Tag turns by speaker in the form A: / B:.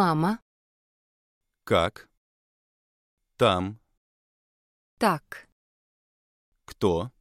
A: Мама,
B: Как? Там.
A: так.
B: Кто?